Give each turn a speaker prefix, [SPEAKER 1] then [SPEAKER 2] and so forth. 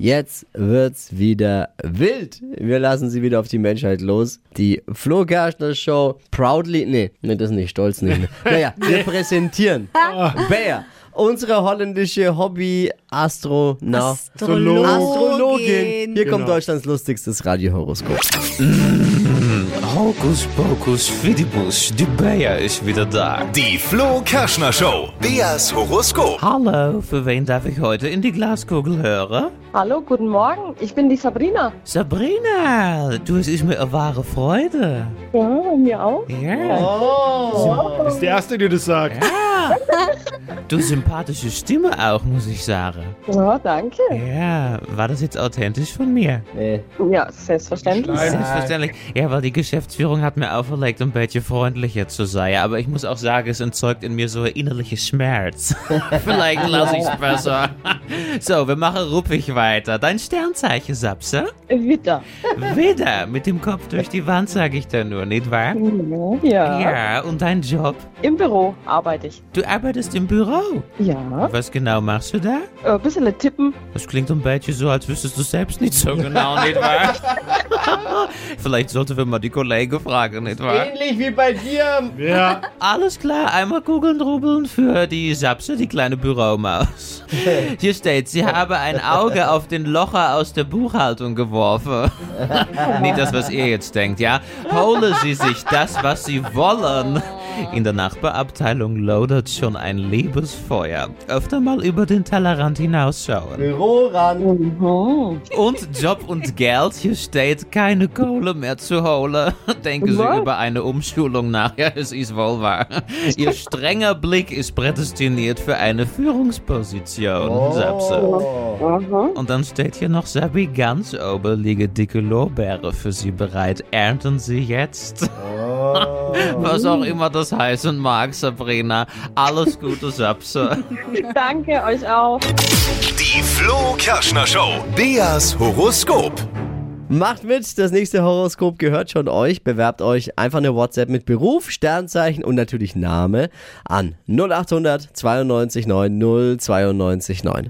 [SPEAKER 1] Jetzt wird's wieder wild. Wir lassen sie wieder auf die Menschheit los. Die Flo Kerschner Show proudly, nee, nee, das nicht, stolz nicht. Naja, wir präsentieren
[SPEAKER 2] Ah.
[SPEAKER 1] Bea, unsere holländische Hobby-Astronaut.
[SPEAKER 2] Astrologin.
[SPEAKER 1] Astrologin. Hier kommt
[SPEAKER 2] Genau.
[SPEAKER 1] Deutschlands lustigstes Radiohoroskop.
[SPEAKER 3] Hocus pocus fidibus, de Bea is wieder da.
[SPEAKER 4] Die Flo Kerschner Show. Beas Horoskop.
[SPEAKER 3] Hallo, für wen darf ich heute in die Glaskugel hören?
[SPEAKER 5] Hallo, guten Morgen. Ich bin die Sabrina.
[SPEAKER 3] Sabrina, du, es ist mir eine wahre Freude.
[SPEAKER 5] Ja, und mir auch.
[SPEAKER 3] Ja.
[SPEAKER 2] Ist der Erste, der das sagt.
[SPEAKER 3] ja. Du sympathische Stimme auch, muss ich sagen.
[SPEAKER 5] Ja, danke.
[SPEAKER 3] Ja, war das jetzt authentisch von mir?
[SPEAKER 1] Nee.
[SPEAKER 5] Ja, selbstverständlich.
[SPEAKER 3] Selbstverständlich. Ja, weil die Geschäftsführung hat mir auferlegt, ein bisschen freundlicher zu sein. Aber ich muss auch sagen, es entzeugt in mir so ein innerlicher Schmerz. Vielleicht lasse ich es besser. so, wir machen ruppig weiter. Dein Sternzeichen, Sapse?
[SPEAKER 5] Witter.
[SPEAKER 3] Wieder mit dem Kopf durch die Wand, sage ich da nur, nicht wahr?
[SPEAKER 5] Ja.
[SPEAKER 3] Ja, und dein Job?
[SPEAKER 5] Im Büro arbeite ich.
[SPEAKER 3] Du arbeitest im Büro.
[SPEAKER 5] Ja.
[SPEAKER 3] Was genau machst du da?
[SPEAKER 5] Äh, bisschen tippen.
[SPEAKER 3] Das klingt ein bisschen so, als wüsstest du selbst nicht so genau, nicht wahr? Vielleicht sollten wir mal die Kollegen fragen, nicht wahr?
[SPEAKER 1] Ähnlich wie bei dir.
[SPEAKER 2] Ja.
[SPEAKER 3] Alles klar, einmal Kugeln rubbeln für die Sapse, die kleine Büromaus. Hier steht, sie habe ein Auge auf den Locher aus der Buchhaltung geworfen. Nicht das, was ihr jetzt denkt, ja? Hole sie sich das, was sie wollen. In der Nachbarabteilung lodert schon ein Liebesfeuer. Öfter mal über den Tellerrand hinausschauen.
[SPEAKER 1] Roran.
[SPEAKER 5] Mhm.
[SPEAKER 3] Und Job und Geld, hier steht keine Kohle mehr zu holen. Denken Sie
[SPEAKER 5] Was?
[SPEAKER 3] über eine Umschulung nach. Ja, es ist wohl wahr. Ihr strenger Blick ist prädestiniert für eine Führungsposition. Sapse.
[SPEAKER 5] Mhm.
[SPEAKER 3] Und dann steht hier noch Sabi ganz oben liegen dicke Lorbeere für Sie bereit. Ernten Sie jetzt. Was auch immer das heißen mag, Sabrina. Alles Gute, Sapse.
[SPEAKER 5] Danke euch auch.
[SPEAKER 4] Die Flo Kerschner Show. Beas Horoskop.
[SPEAKER 1] Macht mit, das nächste Horoskop gehört schon euch. Bewerbt euch einfach eine WhatsApp mit Beruf, Sternzeichen und natürlich Name an 0800 92 9 092 9.